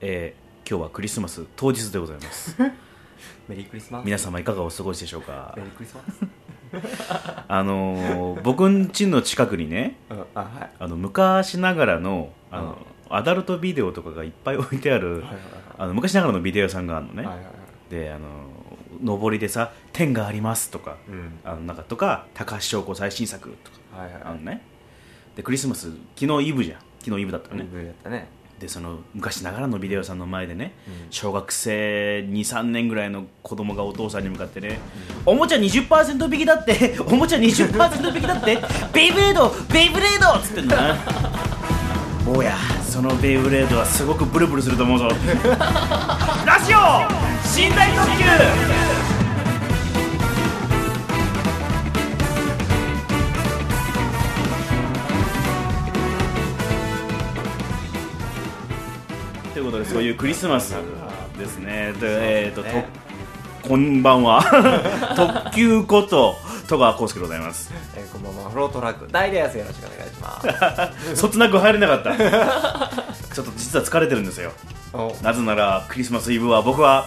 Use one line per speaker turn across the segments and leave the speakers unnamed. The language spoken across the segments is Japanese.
えー今日はクリスマス当日でございます
メリークリスマス
皆様いかがお過ごしでしょうか
メリークリスマス
あのー僕ん家の近くにね
うんあはい
あの昔ながらのあの、アダルトビデオとかがいっぱい置いてある
はいはい
あの昔ながらのビデオ屋さんがあるのね、
はいはいはいはい
であの上りでさ「天があります」とか
うん
あのなんかとか「高橋翔子最新作」とか
はいはい
あ
は
の
い
ねでクリスマス昨日イブじゃん昨日イブだったのね、
ブやったね
でその昔ながらのビデオ屋さんの前でね、
うん
小学生23年ぐらいの子供がお父さんに向かってね、おもちゃ20%引きだっておもちゃ20%引きだってベイブレードベイブレードっつってんだなおやそのベイブレードはすごくブルブルすると思うぞ ラジオ寝台特急ということでそういうクリスマスですね。でえっ、と、
ね
とこんばんは 特急こと戸川康介でございます。
えーこんばんはフロートラック大ですよろしくお願いします
そつなく入れなかった。ちょっと実は疲れてるんですよ。
お
なぜならクリスマスイブは僕は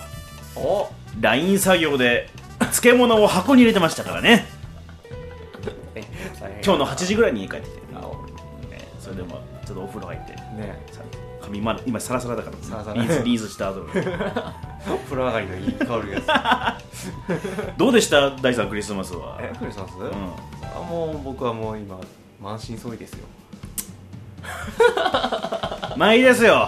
お
ライン作業で漬物を箱に入れてましたからね。今日の8時ぐらいに帰ってきて、
あお
ねそれでもちょっとお風呂入って。
ね
さ髪まだ今サラサラだから
サラサラ
リ ーズリーズした後の
風呂上がりのいい香りが
どうでした大さんクリスマスは
するえクリスマス
うん
あもう僕はもう今満身創痍ですよ
まあいいですよ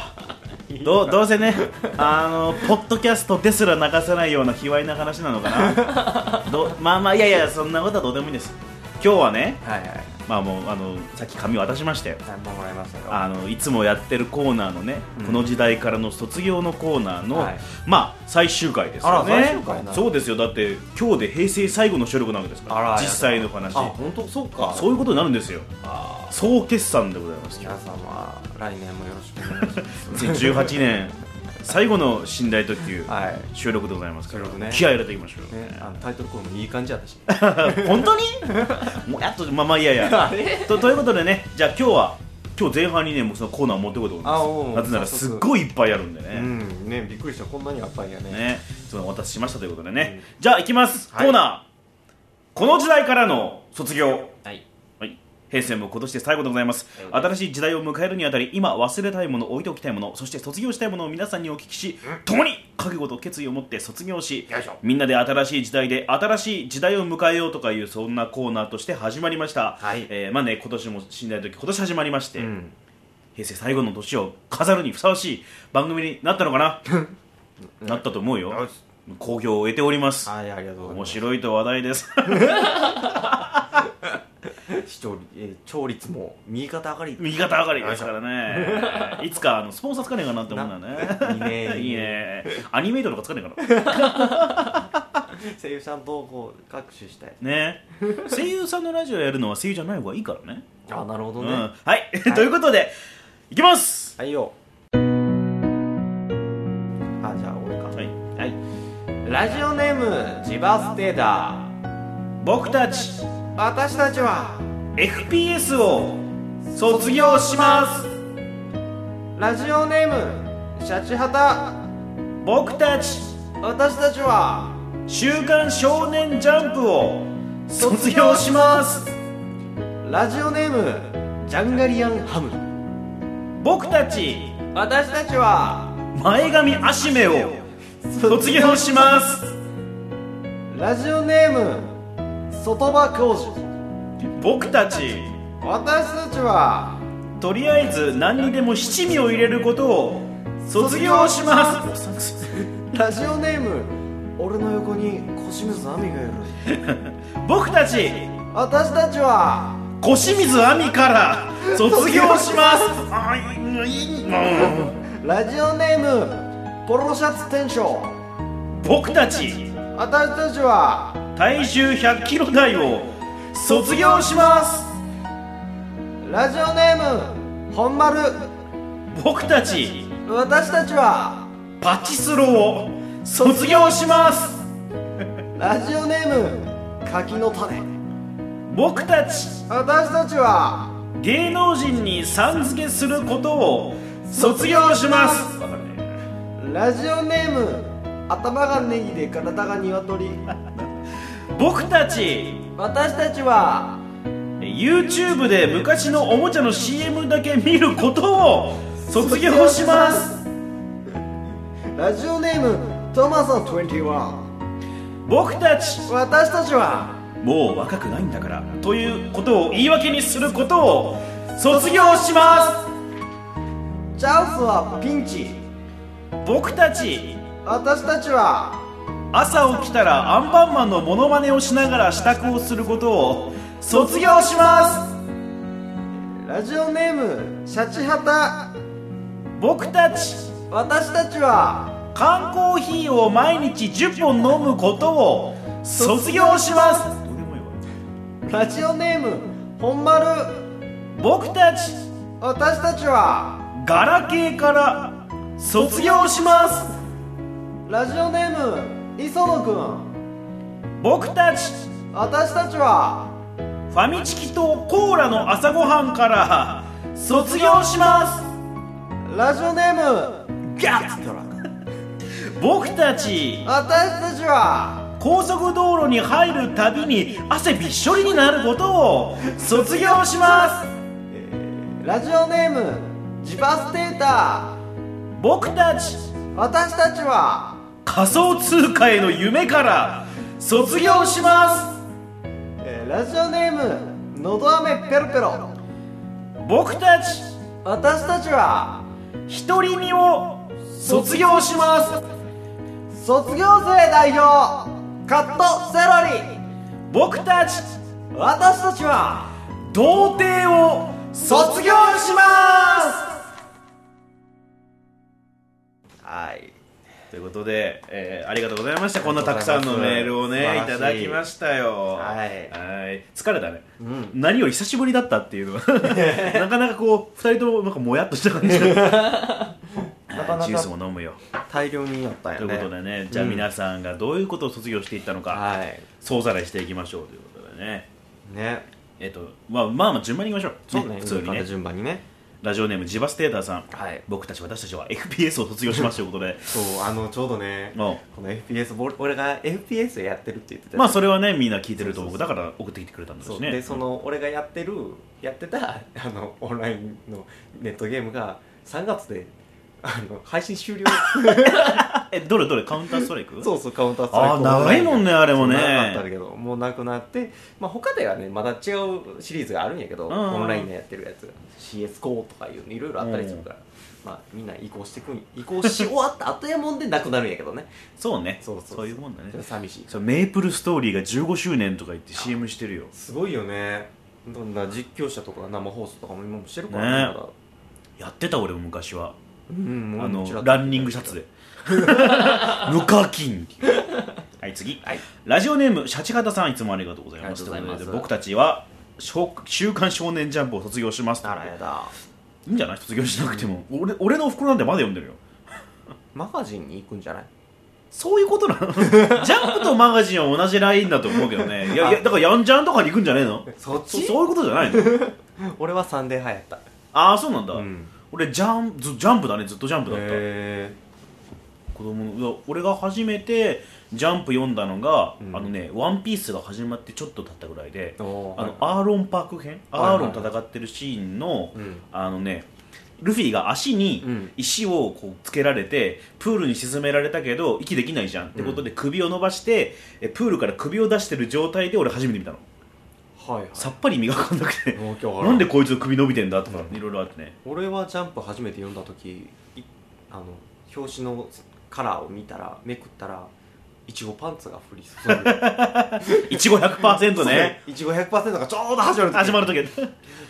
どうどうせねあのポッドキャストですら流さないような卑猥な話なのかな どまあまあいやいやそんなことはどうでもいいんです今日はね
はいはい
まあもうあのさっき紙渡しましたよ
何本もらいましたよ
あのいつもやってるコーナーのね、
うん
この時代からの卒業のコーナーの、
はい
まあ最終回ですよね
あら最終回なの
そうですよだって今日で平成最後の収録なわけですから
あら
実際の話
あ本当そうか
そういうことになるんですよ
あー
総決算でございます
皆様来年もよろしくお願いします
2018年 最後の寝台特急、
はい
収録でございますから、
収録ね
気合い入れていきましょう、
ね、あのタイトルコールもいい感じやったし
本当にもうやっとまあまあいやいや
あれ
とということでねじゃあ今日は今日前半にねもうそのコーナー持ってこいと思い
あおうお
ま
う
すなぜなら
早
すっ
速
ごいいっぱいあるんでね、
うんねびっくりしたこんなにあったんやね
ね、そのお待たせしましたということでね、
うん
じゃあ行きます、
はい
コーナーこの時代からの卒業
はい
はい平成も今年で最後でございます
はい
新しい時代を迎えるにあたり今忘れたいもの置いておきたいものそして卒業したいものを皆さんにお聞きし共に覚悟と決意を持って卒業し
よいしょ
みんなで新しい時代で新しい時代を迎えようとかいうそんなコーナーとして始まりました、
はい
えーまあね今年も寝台時今年始まりまして、
うん
平成最後の年を飾るにふさわしい番組になったのか ななったと思うよ好評を得ております
はいありがとうござい
面
ます
白いと話題です
視聴率、えー調率も右肩上がり
右肩上がりですからねいつかあのスポンサーつかねえかなって思うんだよね
ないいね
いいねアニメイトとかつかねえかな
声優さんとこう握手したい
ね声優さんのラジオやるのは声優じゃない方がいいからね
あなるほど
うん
ね、
はい ということでいきます
はいよあじゃあ俺か
はい
はいラジオネームジバステだ
僕たち
私たちは
FPS を卒業します
ラジオネームシャチハタ
僕たち
私たちは
週刊少年ジャンプを卒業します
ラジオネームジャンガリアンハム
僕たち
私たちは
前髪アシメを卒業します
ラジオネーム外場教授
僕たち
私たちは
とりあえず何にでも七味を入れることを卒業します
ラジオネーム俺の横に腰水亜美がいる
僕たち
私たちは
小清水亜美から卒業しますあーいいうん
ラジオネームポロシャツ店長
僕たち
私たちは
体重100キロ台を卒業します
ラジオネーム本丸
僕たち
私たちは
パチスロを卒業します
ラジオネーム柿の種
僕たち
私たちは
芸能人にさん付けすることを卒業しますわかるね
ラジオネーム頭がネギで体が鶏
僕たち
私たちは
YouTube で昔のおもちゃの CM だけ見ることを卒業します
ラジオネームトマソン21
僕たち
私たちは
もう若くないんだからということを言い訳にすることを卒業します
チャンスはピンチ
僕たち
私たちは
朝起きたらアンパンマンのモノマネをしながら支度をすることを卒業します
ラジオネームシャチハタ
僕たち
私たちは
缶コーヒーを毎日10本飲むことを卒業します
ラジオネーム本丸
僕たち
私たちは
ガラケーから卒業します
ラジオネーム磯野くん
僕たち
私たちは
ファミチキとコーラの朝ごはんから卒業します
ラジオネーム
ガッツ僕たち
私たちは
高速道路に入るたびに汗びっしょりになることを卒業します
ラジオネームジバステータ
僕たち
私たちは
仮想通貨への夢から卒業します
えーラジオネームのど飴ペロペロ
僕たち
私たちは
独り身を卒業します
卒業生代表カットセロリ
僕たち
私たちは
童貞を卒業します
はい
ということで、えーありがとうございましたこんなたくさんのメールをね
あり
い
がとう
た
ござ
だ
います
きましたよ
はい
はい疲れたね、何より久しぶりだったっていうの はなかなかこう2人ともなんかもやっとした感じが
なかな か
ジュースも飲むよ
大量になったよ
ということでねじゃあ皆さんがどういうことを卒業していったのか、
はい
総ざらいしていきましょうということでね
ね
えっとまあまあまあ順番にいきましょう、普通に
上か
ね
ら順番にね
ラジオネームジバステーターさん、
はい
僕たち私たちは FPS を卒業しますということで
そうあのちょうどね
も
この FPS ぼ俺が FPS やってるって言って
う
た
まあそれはねみんな聞いてると思う
そう
だから送ってきてくれたんです
そう
ね
でその俺がやってるやってたあのオンラインのネットゲームが3月であの配信 終了
えどれどれカウンターストライク
そうそうカウンターストライ
あ
ク
ー長いもんねあれもね
そう長かったんだけどもうなくなって、まあ、他ではねまだ違うシリーズがあるんやけど、
うん
オンラインでやってるやつが CSGO とかいうのいろいろあったりするから、まあ、みんな移行してくん移行し終わった後やもんでなくなるんやけどね
そうね
そうそう
いうもんだね
ちょっと寂しい
そうメイプルストーリーが15周年とか言って CM してるよ
すごいよねどんな実況者とか生放送とかも今もしてるか
ね
らねまだ
やってた俺も昔は
うん
あ
もうちら
の
っと
ランニングシャ ツで無課金はい次、
はい
ラジオネームシャチハタさんいつもありがとうございます
ありがとうございます
ということで僕たちは「小週刊少年ジャンプ」を卒業します
あらやだ
いいんじゃない卒業しなくても、俺俺のおふくろなんてまだ読んでるよ
マガジンに行くんじゃない
そういうことな のジャンプとマガジンは同じラインだと思うけどねいやいやだからヤンジャンとかに行くんじゃねえの
そっ
そそういうことじゃないの
俺はサンデー派やっ
ああそうなんだ、
たん
俺ジャンずジャンプだねずっとジャンプだった、
へ
子供の俺が初めてジャンプ読んだのが、
うん
あのね「ワンピースが始まってちょっと経ったぐらいで、
えおー
あのア
はい
ーロンパーク編、
はいはい
アーロン戦ってるシーンの、
うん
あのねルフィが足に
うん
石をこうつけられてプールに沈められたけど息できないじゃんってことで首を伸ばしてえプールから首を出してる状態で俺初めて見たの
はいはい
さっぱり磨かんなくて
もう今日あら
なんでこいつ首伸びてんだとかいろいろあって ね
俺はジャンプ初めて読んだ時いあの表紙のカラーを見たらめくったらいちごパンツが降り注 ぐ
いちご100%ね
いちご100%がちょうど始まる時
始まる時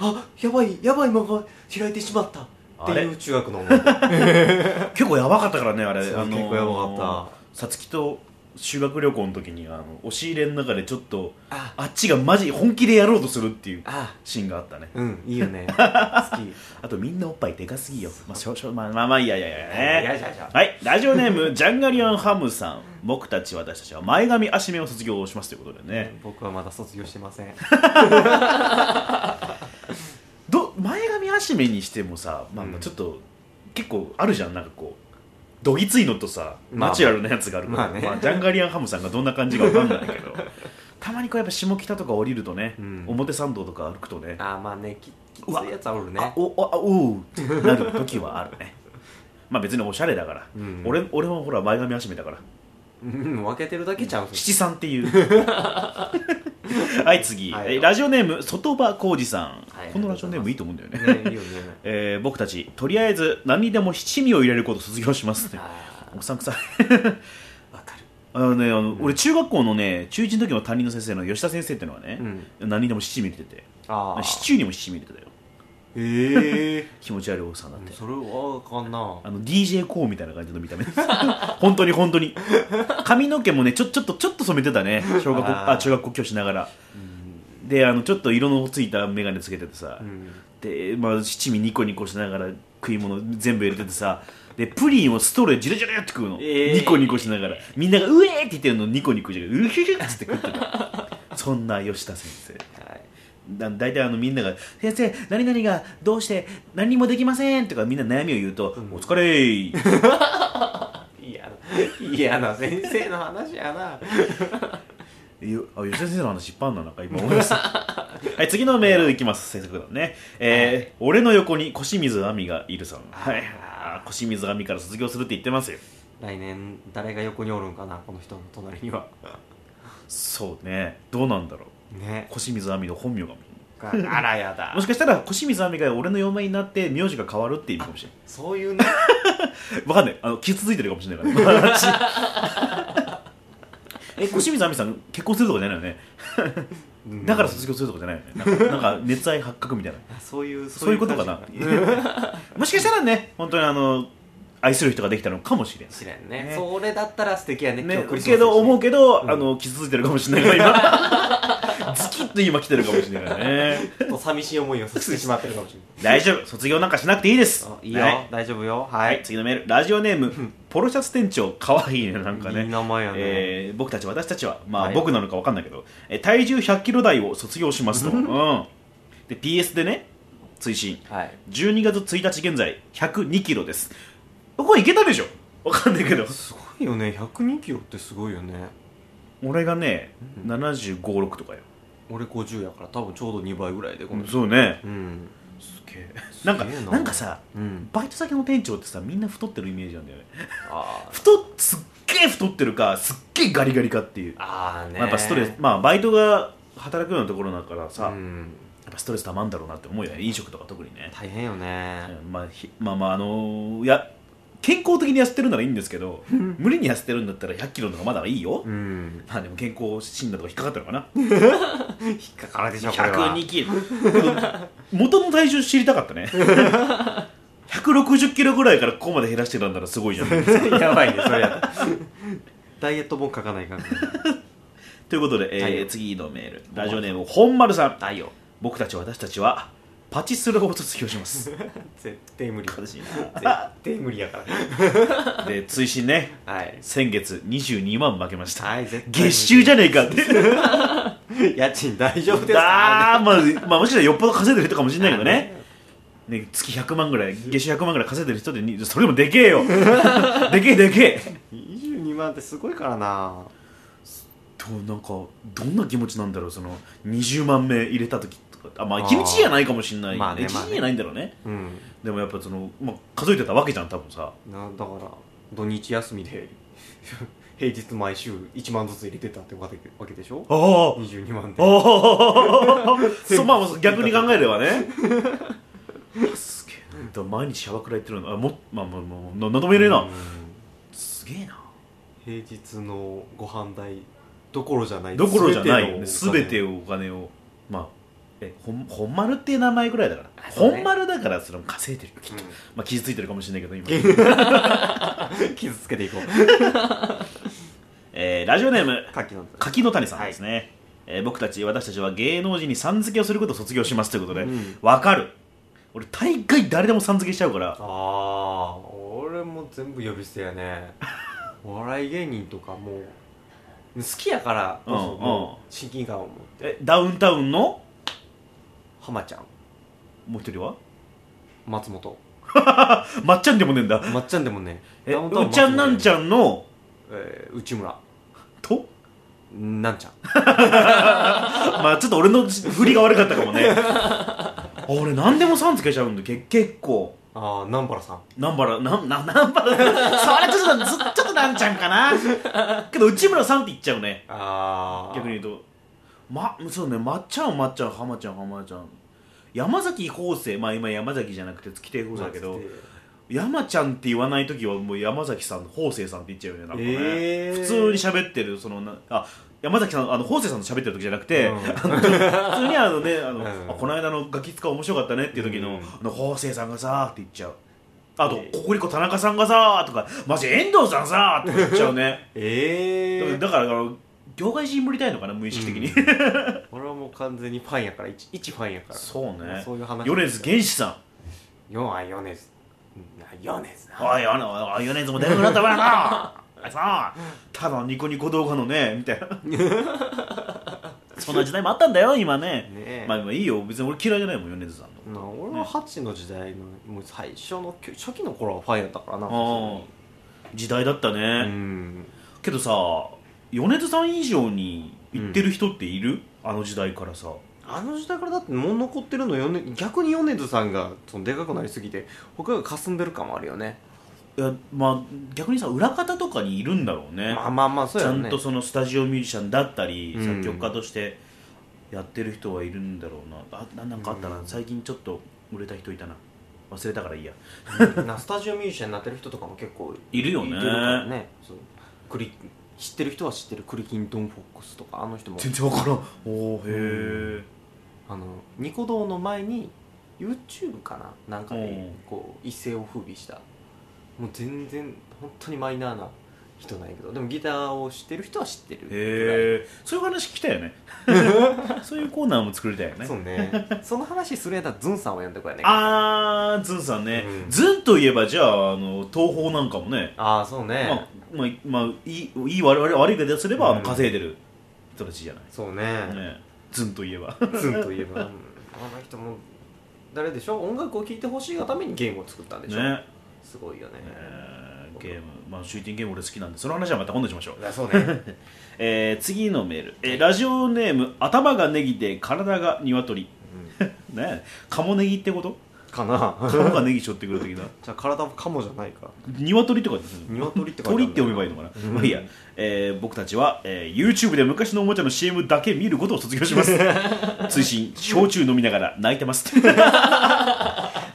あやばいやばい漫画開いてしまったって
あれ
いう中学の思い
結構やばかったからねあれ、
そう
あの
結構やばか
ったさつきと修学旅行の時にあの押し入れの中でちょっと
あ
あっちがマジ本気でやろうとするっていう
あ
シーンがあったね
うんいいよ ね好き
あとみんなおっぱいでかすぎよまあ少々まあまあまあいやいやいや
やい
ね
やいやいや
はいラジオネームジャンガリアンハムさん僕たち私たちは前髪足目を卒業しますということでね
僕はまだ卒業してません
ど前髪足目にしてもさ、まあ、
うん
ちょっと結構あるじゃんなんかこうどぎついのとさ、
まあ
ナチュラルなやつがあるから、
まあね
ジャンガリアンハムさんがどんな感じかわかんないけど たまにこうやっぱ下北とか降りるとね、
うん
表参道とか歩くとね
あーまあねききついやつあおる
あ
ね
おおあおうってなる時はあるね まあ別におしゃれだから、
うん
俺俺はほら前髪始めだから
うん分けてるだけちゃうんす
七三っていう はい次、
はい
えラジオネーム外場浩二さん、
はい
このラジオネームいいと思うんだよね
ねいいよね
えー僕たちとりあえず何にでも七味を入れることを卒業しますね
あ
おっさんくさい
ーわかる
あのねあの、俺中学校のね中1の時の担任の先生の吉田先生っていうのはね、何にでも七味入れてて
ああ
シチューにも七味入れてたよ
ええ
気持ち悪いおっさんだって、
それはあかんな
あの DJ コーみたいな感じの見た目 本当に本当に髪の毛もねちょちょっとちょっと染めてたね小学校
あー
あ中学校教師ながらであのちょっと色のついた眼鏡つけててさ、
うん
で、まあ、七味ニコニコしながら食い物全部入れててさでプリンをストローでジュルジュルって食うの、
えー
ニコニコしながらみんなが「うえ!」って言ってるのをニコニコじゃうひゅひゅっつって食ってたそんな吉田先生
はい
だ大体あのみんなが「先生何々がどうして何もできません」とかみんな悩みを言うと「お疲れー」
嫌な嫌な先生の話やな
よあ吉田先生の話いっぱいあんななんか今思いま したはい次のメールいきます先生だね、えー俺の横に越水亜美がいるさんはいあー越水亜美から卒業するって言ってますよ
来年誰が横におるんかなこの人の隣には
そうねどうなんだろ
ね
う越水亜美の本名が
あらやだ
もしかしたら越水亜美が俺の嫁になって名字が変わるって意味かもしれな
そういうね
いわかんないあの傷ついてるかもしれないから、ね、 え越水亜美さん結婚するとかじゃないよねだから卒業するとかじゃないよねなんかなんか熱愛発覚みたいな
そういう
そういうことかな
感じうん
もしかしたらね本当にあの愛する人ができたのかもしれない
知らんね
ね
それだったら素敵やね今
ね
日クリ、スマ
け
ス
ど思うけど、
うん
あの傷ついてるかもしれないから今 ズキッと今来てるかもしれないからね
ちょっと寂しい思いをさせてしまってるかもしれな
大丈夫卒業なんかしなくていいです
いあいいよ、
はい
大丈夫よは、
はいい、次のメールラジオネームポロシャツ店長かわいいねなんかね
いい名前やね
えー僕たち私たちはまあ、
はい
僕なのかわかんないけど、えー体重1 0 0キロ台を卒業しますと、うん、で PS でね追伸
はい
12月1日現在1 0 2キロですこれいけたでしょわかんないけど
すごいよね102キロってすごいよね
俺がね
うん
756とかよ、
俺50やから多分ちょうど2倍ぐらいでこの人
そうね
うん
すげえなんか
すげえな
なんかさ
うん
バイト先の店長ってさみんな太ってるイメージなんだよね
あー
太っすっげえ太ってるかすっげえガリガリかっていう
あーね
まあ、やっぱストレス、まあ、バイトが働くようなところだからさ、
う
やっ
ん
ぱストレスたまんだろうなって思うよね飲食とか特にね、
大変よね
まあ、ひまあまああのーいや健康的に痩せてるならいいんですけ ど無理に痩せてるんだったら1 0 0キロの方がまだいいよ、
うん
まあでも健康診断とか引っかかったのかな
引っかかるでしょこれは
102キロ元の体重知りたかったね160キロぐらいからここまで減らしてたんだらすごいじゃん
やばいねそれやと ダイエット本書かないから
ということで、えー
はい
次のメールラジオネーム本丸さん
だよ
僕たち私たちはパチスロを卒業します
絶対無理
悲しい
絶
な
対無理やか
で追伸ね
らはい
先月22万負けました
はい絶対無理
月収じゃねえか って
家賃大丈夫ですか
あー、まあ、まあもしかしたらよっぽど稼いでる人かもしれないけどね ね月100万ぐらい月収100万ぐらい稼いでる人でにそれでもでけえよ でけえでけえ
22万ってすごいからな
となんかどんな気持ちなんだろうその20万目入れた時とかあまあ
あー
一日じゃないかもしれない
まあね
一
まあ
日
ね
じゃないんだろうね
うん
でもやっぱその、まあ、数えてたわけじゃん多分さ
なだから土日休みで 平日毎週1万ずつ入れてたってわけわけでしょ
ああ
22万で
おおそうまあ逆に考えればねすげえなだから毎日シャバくらい行ってるのあもまあまあもうななんとも言えねえな、
うん
すげえな
平日のご飯代どころじゃない
どころじゃないよね
す
全てをお金をまあえ本本丸っていう名前ぐらいだから、
あそうね
本丸だからそれも稼いでるきっと、まあ傷ついてるかもしれないけど 今
傷つけていこう
えーラジオネーム
牡蠣の
柿の谷さんですね、えー僕たち私たちは芸能人にさん付けをすることを卒業しますということで
うん
わ、かる俺大概誰でもさん付けしちゃうから
ああ俺も全部呼び捨てやねお笑い芸人とかも好きやからこそ
うん
もう親近感を持って
えダウンタウンの
浜ちゃん
もう一人は
松本
まっちゃんでもねえんだ
まっちゃんでもね
え
ダウンタウン
うっちゃんなんち
ん、
ゃんの
えー、内村
と
なんちゃん
まあちょっと俺の振りが悪かったかも ねあ俺何でもさんつけちゃうんだけ結構
ああ南原さん
南原なんな南原それちょっとずちょっとなんちゃんかなけど内村さんって言っちゃうね
ああ
逆に言うとまそうねまっちゃんまっちゃん浜ちゃん浜ちゃん山崎康生まあ今山崎じゃなくて月亭康生だけど山ちゃんって言わない時はもう山崎さん方正さんって言っちゃうよねなんかね、
えー
普通に喋ってるそのなあ山崎さんあの方正さんと喋ってる時じゃなくて、
うん
あの普通にあのねあの、
うん
あこの間のガキ使面白かったねっていう時の,、
うん
あの方正さんがさーって言っちゃうあと、
えー
ココリコ田中さんがさーとかマジ遠藤さんさーって言っちゃうね
ええー、
だからあの業界人ぶりたいのかな無意識的に、
俺はもう完全にファンやから一一ファンやから
そうね
そういう話
米津玄師さん
よあ米津うんあ米津な
おい、あの、おい、米津もでかくな ったわよな。あいさ、ただのニコニコ動画のね、みたい な。そんな時代もあったんだよ、今ね。
ねえ
まあ、まあいいよ、別に俺嫌いじゃないもん、米津さんの。
な俺はハチの時代のもう最初のき初期の頃はファンやったからな
あ時代だった
う
ね。
ん
けどさ、米津さん以上に言ってる人っている、あの時代からさ。
あの時代からだってもう残ってるのよ、ね、逆に米津さんがそのでかくなりすぎて他が霞んでる感もあるよね
いや、まあ、逆にさ、裏方とかにいるんだろうね。
まあまあまあそう
ち
や
ゃ
ろね
んとそのスタジオミュージシャンだったり、
うん
作曲家としてやってる人はいるんだろうなあななんかあったな、
うん
最近ちょっと売れた人いたな忘れたからいいや
なスタジオミュージシャンになってる人とかも結構
いるよね
いてるからねそうクリ知ってる人は知ってるクリキントン・フォックスとかあの人も
全然分からんおおへえ
あのニコ動の前に YouTube かななんか
うん
でこう一世を風靡したもう全然本当にマイナーな人なんやけどでもギターを知ってる人は知ってる
へえそういう話聞きたい よねそういうコーナーも作りたいよね
そう ねその話するやったらズンさんを呼んでこいやね
あーズンさんね、
うん
ズンといえばじゃああの東宝なんかもね、
ああそうね、
まあ、まあまあ、いいいい我々悪い言い方すれば、あの
うん
稼いでる人たちじゃない、
そうね
ね、ズンといえば
ズンといえばうんあの人も誰でしょ音楽を聴いてほしいがためにゲームを作ったんでしょ、
ね
すごいよね
えーゲーム、まあ、シューティングゲーム俺好きなんでその話はまた今度しましょう、
あそうね
えー次のメール、えーラジオネーム頭がネギで体が鶏 ねえカモネギってこと
かな
カモがネギしょってくる的な
じゃあ体もカモじゃないか
鶏とかですね
鶏って書い
鳥
あ
っ
るん
て
だ
呼べばいいのかな、
うん
まあいいや、えー僕たちは、えー YouTube で昔のおもちゃの CM だけ見ることを卒業します 追伸焼酎飲みながら泣いてます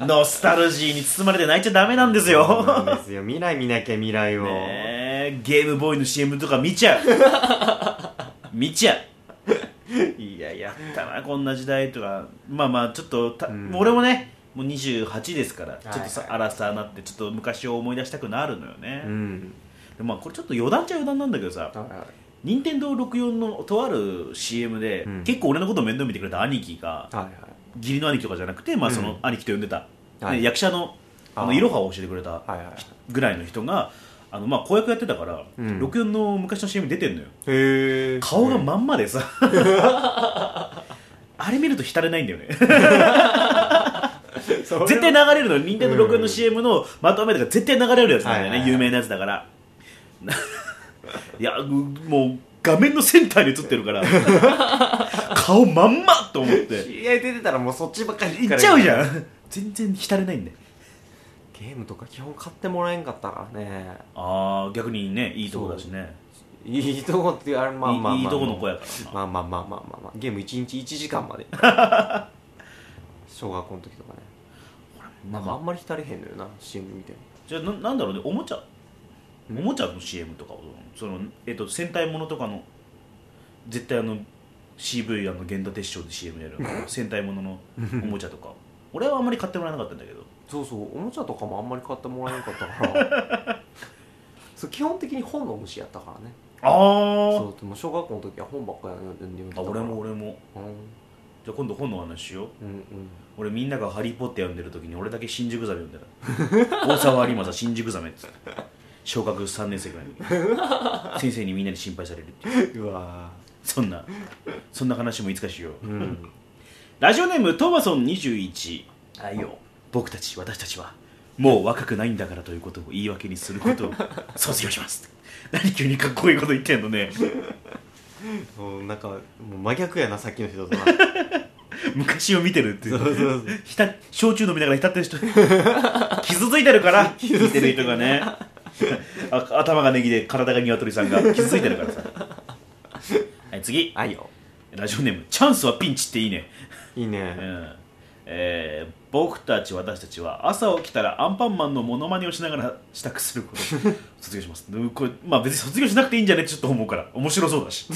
ノスタルジーに包まれて泣いちゃダメなんですよ
そうなんですよ未来見なきゃ未来を、
ねえゲームボーイの CM とか見ちゃう見ちゃう
いやいや
だなこんな時代とかまあまあちょっとた、
うん
俺もねもう28ですからちょっと
は
さ
いはい
荒さなってちょっと昔を思い出したくなるのよね、
うん
でまあこれちょっと余談っちゃ余談なんだけどさ
はいは
任天堂64のとある CM で、
うん
結構俺のことを面倒見てくれた兄貴が
いはい
義理の兄貴とかじゃなくて、まあ、その兄貴と呼んでた、
はい
ね役者のあの
あー
いろはを教えてくれた
はいはい
ぐらいの人があの、まあ、子役やってたから、
うん
64の昔の CM 出てんのよ
へえ
顔がまんまで さあれ見ると浸れないんだよね絶対流れるの任天堂64
う
の
ん
CM のまとめとか絶対流れるやつなんだよ
はいはい
ね
はい
有名なやつだからいやうもう画面のセンターに映ってるから顔まんまと思って
試合出てたらもうそっちばっかり
いっちゃうじゃ
ん
ん全然浸れないんだよ
ゲームとか基本買ってもらえんかったからね
あー逆にねいいとこだしね
いいとこってあれまあまあまあ
いいいいとこの子やからな
まあまあまあまあまあ、まあ、ゲーム1日1時間 まで小学校の時とかねなんかあんまり浸れへんのよな CM 見ても
じゃあななんだろうねおもちゃおもちゃの CM とかをその、えっと、戦隊ものとかの絶対あの CV あの源田鉄章で CM やるあの戦隊もののおもちゃとか俺はあんまり買ってもらえなかったんだけど
そうそうおもちゃとかもあんまり買ってもらえなかったから そう基本的に本の虫やったからね
あ
そうでも小学校の時は本ばっかり読んで読んで
あ
たか
俺
ら
も俺も
うん
じゃあ今度本の話しよう
うん
俺みんなが「ハリー・ポッター」読んでる時に俺だけ「新宿ザメ」読んでた大沢有正新宿ザメっつって小学3年生ぐらいの時先生にみんなに心配されるっていう
うんうわ
そんなそんな話もいつかしよう
ーうん
ラジオネームトーマソン21
あいよ
僕たち私たちはもう若くないんだからということを言い訳にすることを 卒業します何急にかっこいいこと言ってんの ね
もうなんかもう真逆やなさっきの人と なそう
昔を見てるって
そうそう
ひた焼酎飲みながら浸って る人傷ついてるから
傷
見
ついて
て
る
る人がね あ頭がネギで体がニワトリさんが傷ついてるからさはい次
あいよ
ラジオネーム「チャンスはピンチ」っていいね
いいうね
んえー僕たち私たちは朝起きたらアンパンマンのモノマネをしながら支度すること 卒業しますうんこれまあ別に卒業しなくていいんじゃねちょっと思うから面白そうだし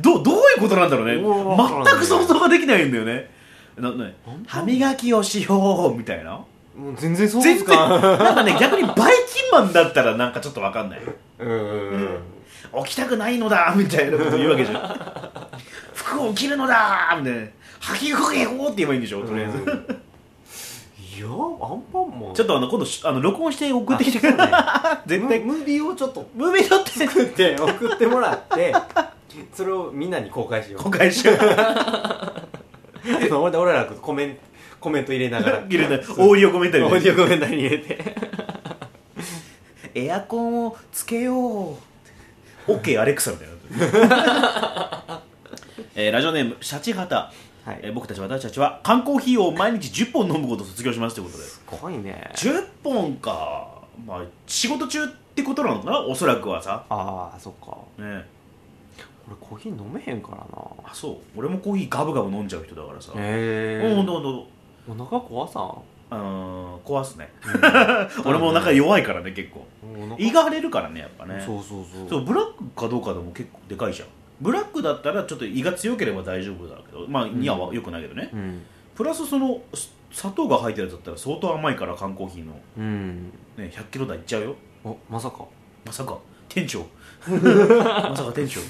どうどういうことなんだろうね
おーわからない
全く想像ができないんだよねなな
パンマン
歯磨きをしようみたいな
もう全然そうで
全
す
然
か
なんかね逆にバイキンマンだったらなんかちょっとわかんない
うんうん
起きたくないのだみたいなこと言うわけじゃん 服を着るのだみたいな吐きかけようって言えばいいんでしょ
うん
とりあえず
いやアンパンマン
ちょっとあの今度しあの録音して送ってきてくれ 絶対
ムムービーをちょっと
ムービー撮って
作って送ってもらって それをみんなに公開しよう
公開しよう
あの俺俺らコメンコメント入れな がら
入れないオーディオコメンタリー
オー
で
ディオコメントに入 れて
エアコンをつけよう OK アレクサみたいな えーラジオネームシャチハタ、
はい
えー僕たち私たちは缶コーヒーを毎日10本飲むことを卒業しますということです
ごいね
10本かまあ仕事中ってことなのかなおそらくはさ
ああそっか
ね
俺コーヒー飲めへんからな
あそう俺もコーヒーガブガブ飲んじゃう人だからさ、
へ
うんほんとほんと
お腹壊さん
あのー壊すね 俺もお腹弱いからね結構
お腹
胃が荒れるからねやっぱね
そうそうそう
そうブラックかどうかでも結構でかいじゃんブラックだったらちょっと胃が強ければ大丈夫だけどまあにはよくないけどね、
うん
プラスそのす砂糖が入ってるやつだったら相当甘いから缶コーヒーの、ね、
うん
1 0 0キロ台いっちゃうよ
おまさか
まさか店 長まさか店長、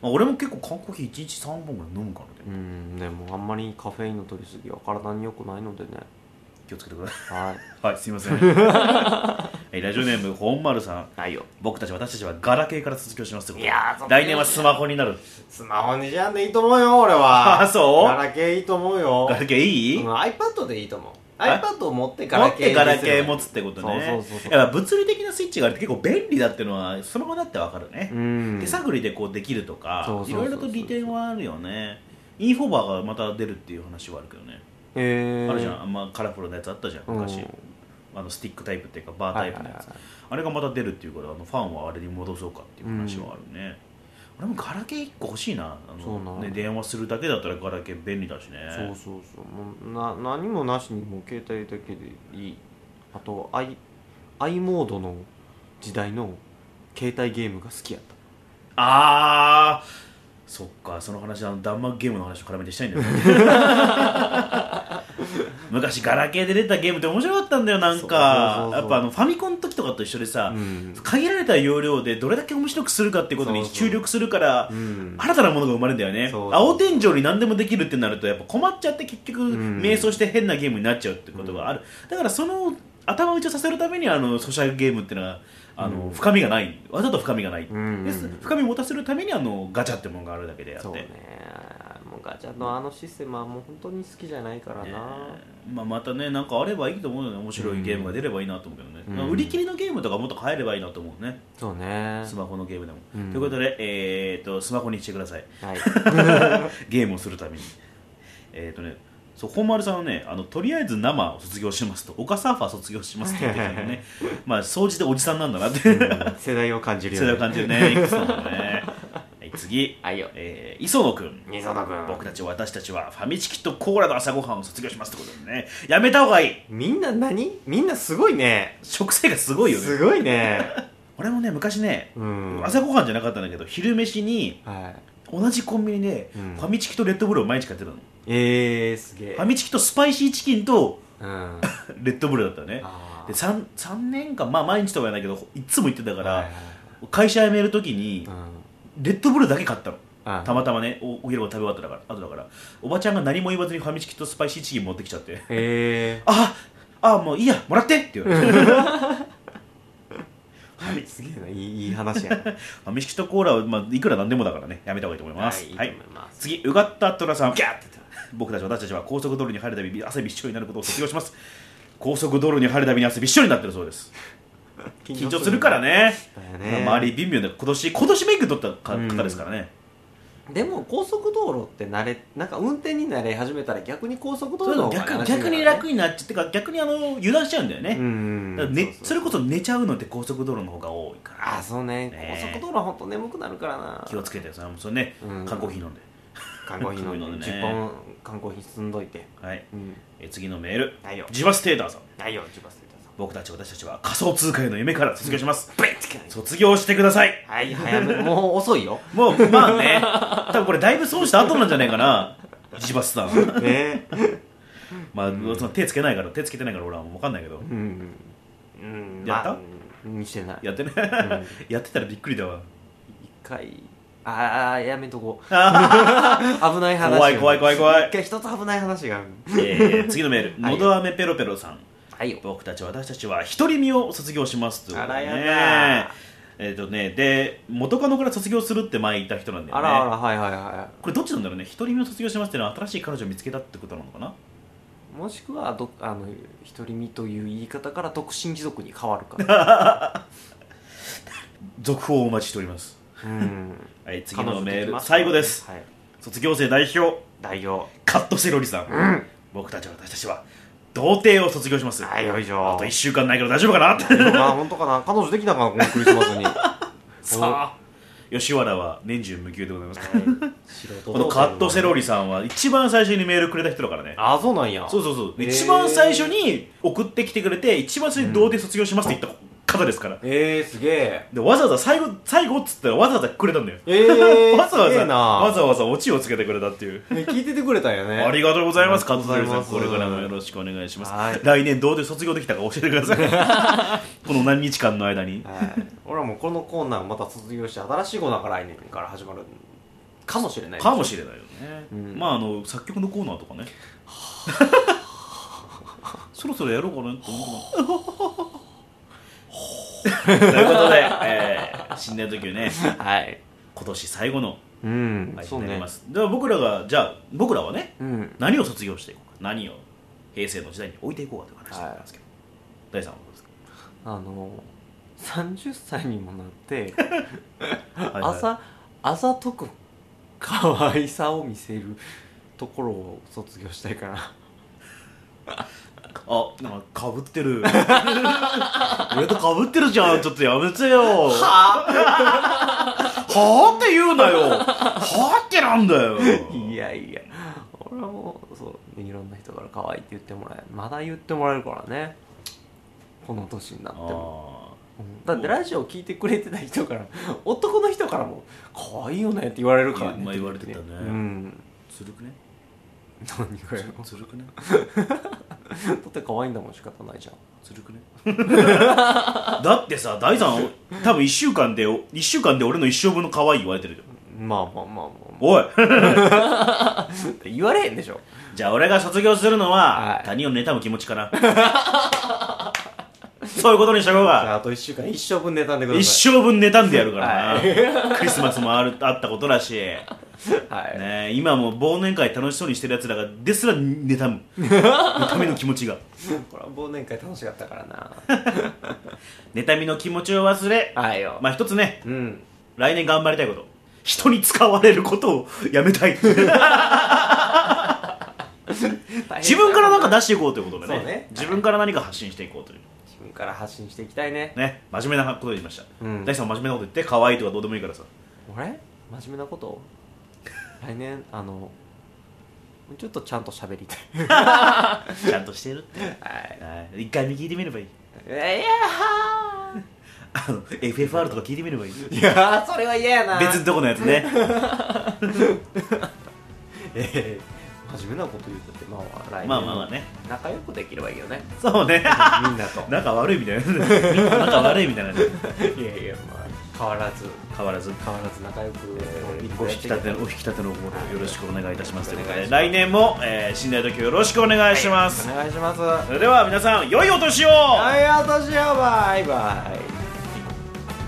まあ、俺も結構缶コーヒー1日3本ぐらい飲むからね
うんでもあんまりカフェインの取りすぎは体に良くないのでね
気をつけてくださ
はい
いはいすいませ ん、はい、ラジオネーム本丸さん
ないよ
僕たち私たちはガラケーから卒業しますってこと
いやーそう
来年はスマホになる
スマホにじゃんでいいと思うよ俺 は
あそう
ガラケーいいと思うよ
ガラケーいい、
うん、iPad でいいと思う
え
iPad を持ってガ
持
ラ
っ
ケー
て
に
ガラケー
すれば
持つってことね
そうそうそうそう
やっぱ物理的なスイッチがあるって結構便利だっていうのはそのままだってわかるね、
うん
手探りでこうできるとか
そう
い
そうそうそ
ろ
う
いろと利点はあるよねインフォバーがまた出るっていう話はあるけどね、
へー
あるじゃん、まあ、カラフルなやつあったじゃん昔、
うん
あのスティックタイプっていうかバータイプのやつ、
はいはいはい
あれがまた出るっていうからあのファンはあれに戻そうかっていう話はあるね、俺もガラケー1個欲しいなあ
そうな
の
んだ
ね、電話するだけだったらガラケー便利だし
そ
ね
うそうそうもうな何もなしにもう携帯だけでいいあと i, i モードの時代の携帯ゲームが好きやった
ああそっかその話あの弾幕ゲームの話と絡めてしたいんだよね 昔ガラケーで出たゲームって面白かったんだよなん
そうそうそう
か
そう
やっぱあのファミコンの時とかと一緒でさ、
うん
限られた容量でどれだけ面白くするかってことに
そうそう
注力するから
うん
新たなものが生まれるんだよね
そうそう
青天井に何でもできるってなるとやっぱ困っちゃって結局
うん
迷走して変なゲームになっちゃうってことがある、だからその頭打ちをさせるためにあのソシャゲゲームってのはあの、
うん
深みがないわざと深みがない、
うん
です深みを持たせるためにあのガチャってものがあるだけであって
そうねもうガチャのあのシステムはもう本当に好きじゃないからな、
えーまあ、またねなんかあればいいと思うよね面白いゲームが出ればいいなと思うけどね、
うん
まあ売り切りのゲームとかもっと変えればいいなと思うね、
そうね
スマホのゲームでも、
うん
ということで、えー、とスマホにしてください
はい
ゲームをするためにえっ、とねそう本丸さんはねあのとりあえず生を卒業しますと岡サーファー卒業しますって言ってたんでねまあ総じておじさんなんだなって
うん世代を感じるよ
そ
ね
れを感じるねいくつもね、はい、次、
はいよ
えー磯野君
磯野君
僕たち私たちはファミチキとコーラの朝ごはんを卒業しますってことでねやめた方がいい
みんな何みんなすごいね
食生活すごいよね
すごいね
俺もね昔ね、
うん
朝ごはんじゃなかったんだけど昼飯に
はい
同じコンビニで
うん
ファミチキとレッドブルを毎日買ってたの、
えー、すげえ
ファミチキとスパイシーチキンと
うん
レッドブルだったのね
あー
で 3, 三年間まあ毎日とかやないけどいつも行ってたから、
はいはい
会社辞める時に
はい
レッドブルだけ買ったの
うんうん
たまたまねおお昼ご飯食べ終わっただから後だからおばちゃんが何も言わずにファミチキとスパイシーチキン持ってきちゃって
へえ
ああもういいやもらってって言われてファミ
すげえないいいい話やな
ファミチキとコーラは、まあ、いくらなんでもだからねやめた方がいいと思います、
はいいいと思います
次うがったトラさん
ギャッて言って
僕たち私たちは高速道路に入るたび汗びっしょになることを卒業します高速道路に入るたびに汗びっしょりになってるそうです緊張するからね
だよ
まあ周
ね
り微妙で今年今年免許取ったか
うん
方ですからね、
でも高速道路って慣れなんか運転に慣れ始めたら逆に高速道
そうい
路
う
の
の
方
逆
が楽しいから
逆に楽になっちゃってか逆にあの油断しちゃうんだよね、
うん
だからね
うう
それこそ寝ちゃうのって高速道路の方が多いから
あそうね
ね
高速道路は本当眠くなるからな
気をつけてそれもそれね、
うん
缶コーヒー飲んで
缶コーヒ ー
缶コ
飲
ー
ん
ヒ
で
ー飲んでね
10本缶コーヒー積んどいて
はい
うん
え次のメール
ないよ
ジバステーターさん
ないよ10本捨てたぞ
僕たち私たちは仮想通貨への夢から卒業します、
ブイッてか
卒業してください
はい早めもう遅い よ
もうまあね 多分これだいぶ損した後なんじゃないかなジバスさん
ね
まあ、その手つけないから手つけてないから俺はもう分かんないけど
うんうん
やった
まあうんしてない
やってね、やってたらびっくり だわ
一回ああやめ とこう危ない話
怖い怖い怖い怖い
一回一つ危ない話がある
えー次のメール、
はい
のど飴ペロペロさん、
はいよ
僕たち私たちは独り身を卒業しますということでね
あらやだ
えっ、とね、で、元カノから卒業するって前言った人なんだよ
あ
ね。
らあらはいはいは
これどっちなんだろうね、独り身を卒業しますっていうのは新しい彼女を見つけたってことなのかな。
いもしくはどあの独り身という言い方から独身貴族に変わる から
続報をお待ちしております。
うん
はい、次のメ
彼女でき
ー
ま
ル、
すか
最後です。
はい
卒業生代表、
代表
カットセロリさん。僕たち私たちは童貞を卒業します。
はいよいし
あ
ょ
と1週間ないけど大丈夫かなって。
あ本当かな彼女できたかなこのクリスマス に
さあ、吉原は年中無休でご ざいます。
素人
このカットセロリさんは一番最初にメールくれた人だからね
あそうなんや
そうそうそう
へー
一番最初に送ってきてくれて一番最初に童貞卒業しますって言った方ですから、
えー、すげえ
でわざわざ最後最後っつったらわざわざくれたんだよ、
えー、
わざわ
すげえ
ざ
な
わざわざオチをつけてくれたっていう
ね聞いててくれたんやね
ありがとうございます、
あ
カ
り
ッ
が
ト
とうご
セロリ
ざいます
さん、これからもよろしくお願いしま
はい
す。来年、どうで卒業できたか教えてくださ い。この何日間の間に。
はい俺はもうこのコーナーをまた卒業して新しいコーナーが来年から始まるかもしれない
かもしれないよね、
うん
まああの作曲のコーナーと かねそろそろやろうかなって思 ってますということで、えー、新年の時はね
はい
今年最後の
うん
配
そ
信
う
になり
ね
ます、では僕らがじゃあ僕らはね
うん
何を卒業していこうか何を平成の時代に置いていこうかという話なんですけど、大さんはどうですか
あの30歳にもなって、
はいはい
朝朝とく可愛さを見せるところを卒業したいかな
あなんかかぶってる 俺とかぶってるじゃんちょっとやめてよはあって言うなよはあってなんだよ
いやいや俺はもうそう、ね、いろんな人から可愛いって言ってもらえまだ言ってもらえるからねこの年になっても、
あ
うんだってラジオ聞いてくれてた人から男の人からも「可愛いよね」って言われるからね
まあ言われてたね
うん
ーずるくね
何がよ
ずるくね
だって可愛いんだもん仕方ないじゃん
ずるくね だってさ大さん多分1週間で一週間で俺の一生分の可愛い言われてるじゃん
まあまあまあまあ、ま
おい
あ、 言われへんでしょ
じゃあ俺が卒業するのは、
はい
他人を妬む気持ちかな そういうことにしとこう
じゃ
か
ああと1週間一生分妬んでください
一生分妬んでやるからな、
は
クリスマスもあるあ ったことだし
はい、
ねえ、今もう忘年会楽しそうにしてるやつらがですら妬 む妬みの気持ちが
これは忘年会楽しかったからな
妬みの気持ちを忘れ
はいよ、
まあ一つね
うん
来年頑張りたいこと人に使われることをやめ たい自分からなんか出していこうということでね
そうね
自分から何か発信していこうという
自分から発信していきたいね
ね真面目なことにしました、
うん
大地さん真面目なこと言って可愛いとかどうでもいいからさ
俺真面目な こと来年あのもうちょっとちゃんと喋りたい
ちゃんとしてる って、
はい
はい一回目聞いてみればいい
いや
あの FFR とか聞いてみればいい
ーいやーそれは嫌やな
別のとこのやつね
えー真面目なこと言うとってまあ来年
まあまあまあね
仲良くできればいいよね
そうね
みんなと
仲悪いみたいな みんな仲悪いみたいなね
いやいやまあ変わらず
変わらず
変わらず仲良く
お引き立てのお引き立ての方でよろしくお願いいたしますということ
お願い
で
します
来年も、えー、新大時よろしくお願いします、
お願いしますは
それでは皆さん良いお年を、
い私はバイバ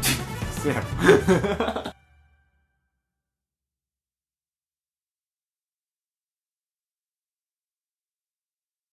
イそうやろ